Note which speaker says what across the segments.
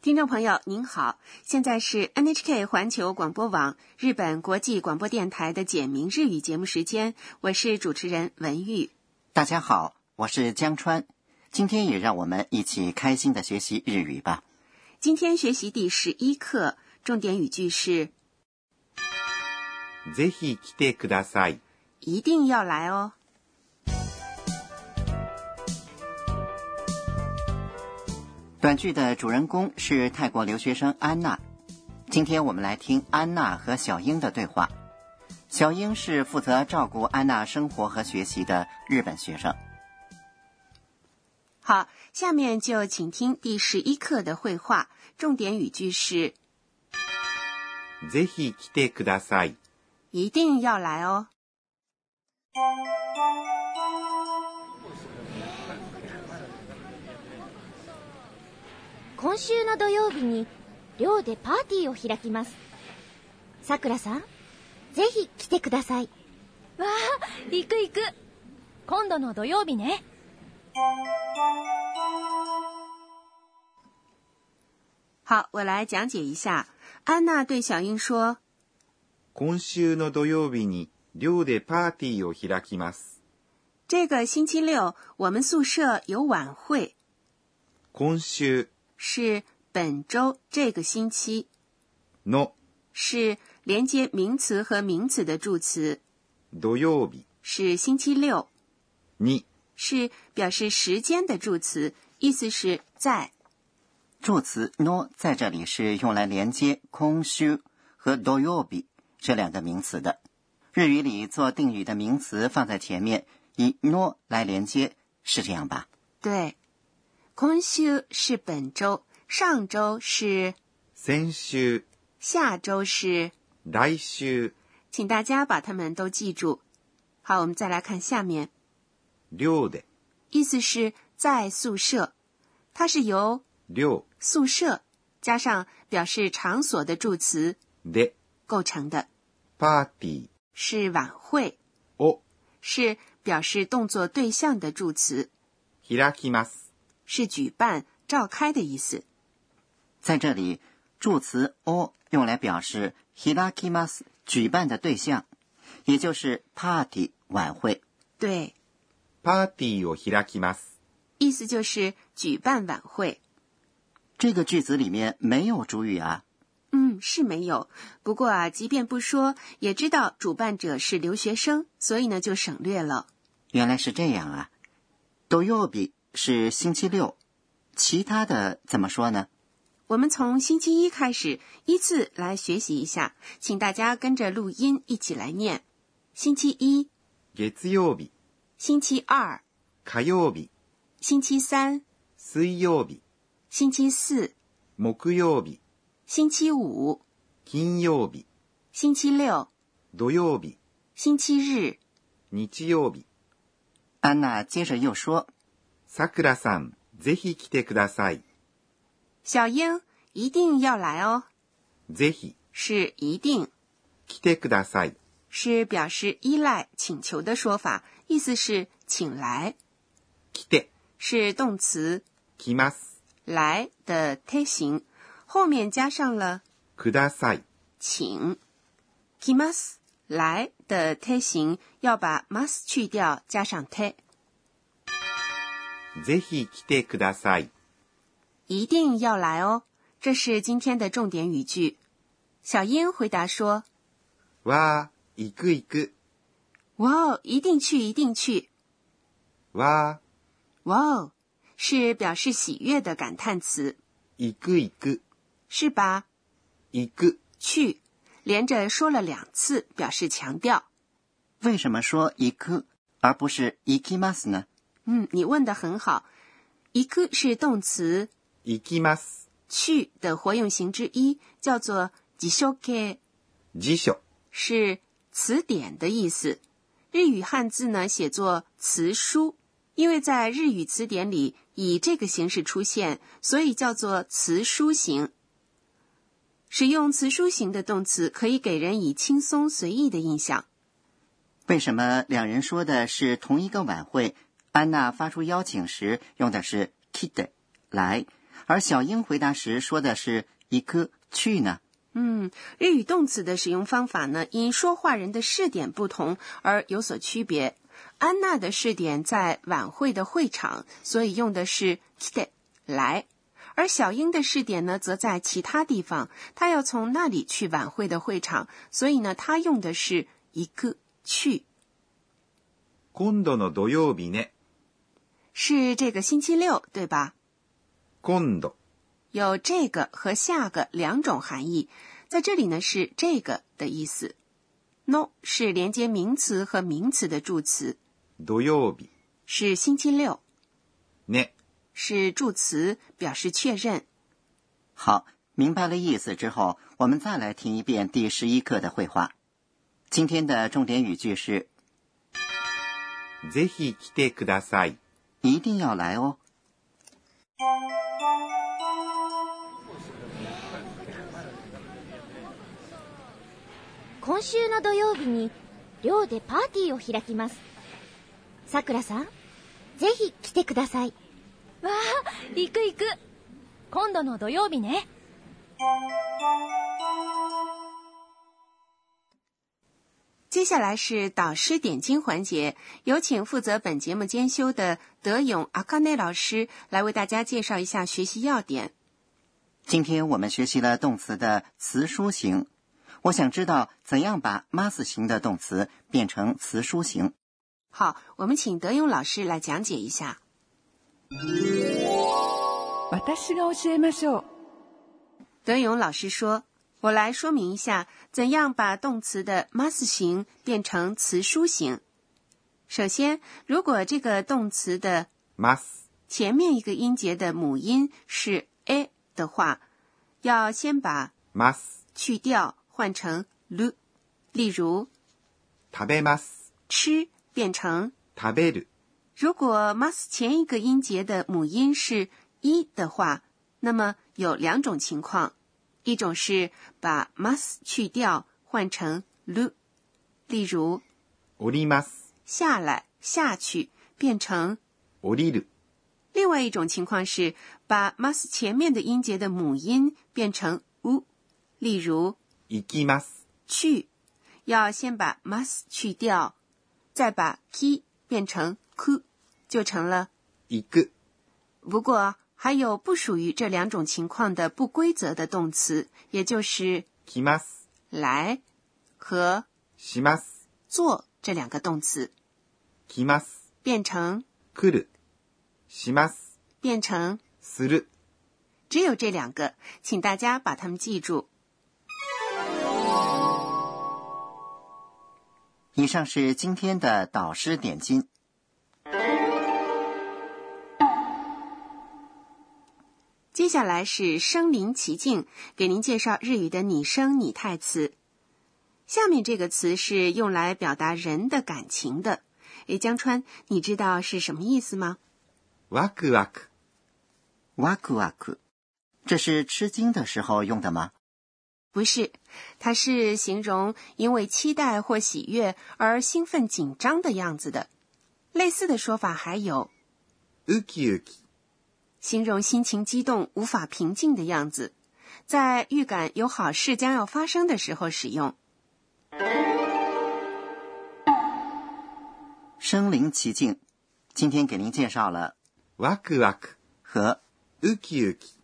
Speaker 1: 听众朋友您好，现在是 NHK 环球广播网日本国际广播电台的简明日语节目时间，我是主持人文玉。
Speaker 2: 大家好，我是江川。今天也让我们一起开心的学习日语吧。
Speaker 1: 今天学习第十一课，重点语句是
Speaker 3: ぜひ来てください。
Speaker 1: “一定要来哦
Speaker 2: 短剧的主人公是泰国留学生安娜。今天我们来听安娜和小英的对话。小英是负责照顾安娜生活和学习的日本学生。”。
Speaker 1: 好，下面就请听第十一课的绘画，重点语句是
Speaker 3: ぜひ来てください。
Speaker 1: “一定要来哦
Speaker 4: 今週の土曜日に寮でパーティーを開きますさくらさんぜひ来てくださいわあ行く行く今度の土曜日ね」
Speaker 1: 好，我来讲解一下。安娜对小英说
Speaker 3: 今週の土曜日に寮でパーティーを開きます。：“
Speaker 1: 这个星期六我们宿舍有晚会，
Speaker 3: 今週
Speaker 1: 是本周这个星期。”
Speaker 3: の
Speaker 1: 是连接名词和名词的助词，
Speaker 3: 土曜日
Speaker 1: 是星期六，
Speaker 3: に
Speaker 1: 是表示时间的助词，意思是在。
Speaker 2: 助词 no 在这里是用来连接空虚和 doyobi 这两个名词的。日语里做定语的名词放在前面，以 no 来连接，是这样吧？
Speaker 1: 对，今週是本周，上周是，
Speaker 3: 先週、
Speaker 1: 下周是，
Speaker 3: 来週、
Speaker 1: 请大家把它们都记住。好，我们再来看下面，
Speaker 3: 寮で、
Speaker 1: 意思是在宿舍，它是由
Speaker 3: 寮
Speaker 1: 宿舍加上表示场所的助词
Speaker 3: で、
Speaker 1: 构成的，
Speaker 3: パーティ
Speaker 1: 是晚会。
Speaker 3: ーを
Speaker 1: 是表示动作对象的助词，
Speaker 3: 開きます。
Speaker 1: 是举办、召开的意思。
Speaker 2: 在这里，助词 o 用来表示 hirakimas 举办的对象，也就是 party 晚会。
Speaker 1: 对，
Speaker 3: パーティーを開きます。
Speaker 1: 意思就是举办晚会。
Speaker 2: 这个句子里面没有主语啊，
Speaker 1: 嗯，是没有。不过啊，即便不说，也知道主办者是留学生，所以呢就省略了。
Speaker 2: 原来是这样啊。doyobi 是星期六，其他的怎么说呢？
Speaker 1: 我们从星期一开始依次来学习一下，请大家跟着录音一起来念：星期一、
Speaker 3: 月曜日、
Speaker 1: 星期二、
Speaker 3: 火曜日、
Speaker 1: 星期三、
Speaker 3: 水曜日、
Speaker 1: 星期四、
Speaker 3: 木曜日、
Speaker 1: 星期五、
Speaker 3: 金曜日、
Speaker 1: 星期六、
Speaker 3: 土曜日、
Speaker 1: 星期日。
Speaker 3: 日曜日。
Speaker 2: 安娜接着又说，
Speaker 3: さくらさん、ぜひ来てください。
Speaker 1: 小英一定要来哦，
Speaker 3: ぜひ、
Speaker 1: 是一定，
Speaker 3: 来てください。
Speaker 1: 是表示依赖、请求的说法，意思是请来，
Speaker 3: 来て、
Speaker 1: 是动词
Speaker 3: 来ます。
Speaker 1: 来的推形，后面加上了
Speaker 3: ください。
Speaker 1: 请。kimas 来的推形要把 mas 去掉，加上 te，
Speaker 3: ぜひ来てください。
Speaker 1: 一定要来哦。这是今天的重点语句。小英回答说
Speaker 3: わー、行く行く。：“
Speaker 1: 哇哦，一定去，一定去。”
Speaker 3: わ
Speaker 1: 哇哦，是表示喜悦的感叹词，
Speaker 3: ー、行く行く。
Speaker 1: 是把
Speaker 3: 行く。
Speaker 1: 去连着说了两次，表示强调。
Speaker 2: 为什么说 iku 而不是 ikimas 呢？
Speaker 1: 嗯，你问的很好。一个是动词
Speaker 3: 行きます。
Speaker 1: 去的活用型之一，叫做 j i s h o k e
Speaker 3: 辞書。
Speaker 1: 是词典的意思。日语汉字呢写作词书，因为在日语词典里以这个形式出现，所以叫做词书形。使用词书形的动词，可以给人以轻松随意的印象。
Speaker 2: 为什么两人说的是同一个晚会？安娜发出邀请时用的是 kid 来，而小英回答时说的是一个去呢。
Speaker 1: 嗯，日语动词的使用方法呢，因说话人的试点不同而有所区别。安娜的试点在晚会的会场，所以用的是 kite 来；而小英的试点呢，则在其他地方，她要从那里去晚会的会场，所以呢，她用的是一个去，
Speaker 3: 今度の土曜日ね。
Speaker 1: 是这个星期六，对吧？
Speaker 3: 今度。
Speaker 1: 有这个和下个两种含义，在这里呢是这个的意思。no 是连接名词和名词的助词，
Speaker 3: 土曜日。
Speaker 1: 是星期六，
Speaker 3: ね。
Speaker 1: 是助词，表示确认。
Speaker 2: 好，明白了意思之后，我们再来听一遍第十一课的绘画。今天的重点语句是
Speaker 3: ぜひ来てください。
Speaker 2: “一定要来哦
Speaker 4: 今週の土曜日に寮でパーティーを開きますさくらさんぜひ来てくださいわあ行く行く今度の土曜日ね」
Speaker 1: 接下来是导师点睛环节，有请负责本节目监修的德勇阿卡内老师来为大家介绍一下学习要点。”。
Speaker 2: 今天我们学习了动词的词书形，我想知道怎样把 mas 型的动词变成词书形。
Speaker 1: 好，我们请德勇老师来讲解一下。
Speaker 5: 私が教えましょう
Speaker 1: 德勇老师说：“我来说明一下，怎样把动词的 mas 形变成词书形。首先，如果这个动词的
Speaker 3: ます。
Speaker 1: 前面一个音节的母音是 a 的话，要先把
Speaker 3: ます。
Speaker 1: 去掉，换成 lu。例如，
Speaker 3: 食べます。
Speaker 1: 吃变成，
Speaker 3: 食べる。
Speaker 1: 如果 mas 前一个音节的母音是一的话，那么有两种情况，一种是把 mas 去掉，换成 lu。例如，
Speaker 3: 降ります。
Speaker 1: 下来、下去变成
Speaker 3: 降りる。
Speaker 1: 另外一种情况是把 mas 前面的音节的母音变成 u，例如
Speaker 3: 行きます。
Speaker 1: 去，要先把 mas 去掉，再把 ki 变成 ku，就成了。
Speaker 3: 行く。
Speaker 1: 不过还有不属于这两种情况的不规则的动词，也就是
Speaker 3: 来ます。
Speaker 1: 来和
Speaker 3: します。
Speaker 1: 做这两个动词，
Speaker 3: 来ます。
Speaker 1: 变成
Speaker 3: 来る。します。
Speaker 1: 变成
Speaker 3: する。
Speaker 1: 只有这两个，请大家把它们记住。”。
Speaker 2: 以上是今天的导师点睛。
Speaker 1: 接下来是身临其境，给您介绍日语的拟声拟态词。下面这个词是用来表达人的感情的。诶，江川，你知道是什么意思吗？
Speaker 3: ワクワク。
Speaker 2: 哇酷哇酷，这是吃惊的时候用的吗？
Speaker 1: 不是，它是形容因为期待或喜悦而兴奋紧张的样子的。类似的说法还有
Speaker 3: ウキウキ。
Speaker 1: 形容心情激动无法平静的样子，在预感有好事将要发生的时候使用。
Speaker 2: 身临其境。今天给您介绍了
Speaker 3: ワクワク。
Speaker 2: 和
Speaker 3: ウキウキ。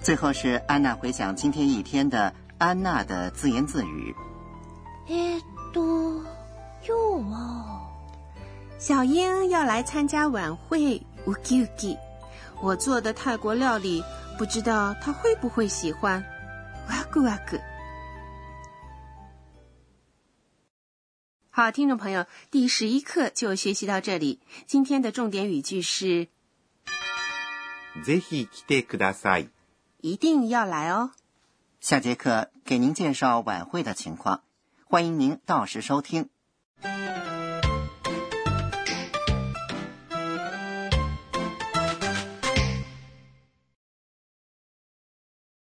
Speaker 2: 最后是安娜回想今天一天的安娜的自言自语。
Speaker 4: えー、っと今日は
Speaker 1: 小英要来参加晚会，乌吉乌吉。我做的泰国料理，不知道她会不会喜欢。哇咕哇咕。好，听众朋友，第十一课就学习到这里。今天的重点语句是
Speaker 3: ぜひ来てください。
Speaker 1: 一定要来哦。
Speaker 2: 下节课给您介绍晚会的情况，欢迎您到时收听。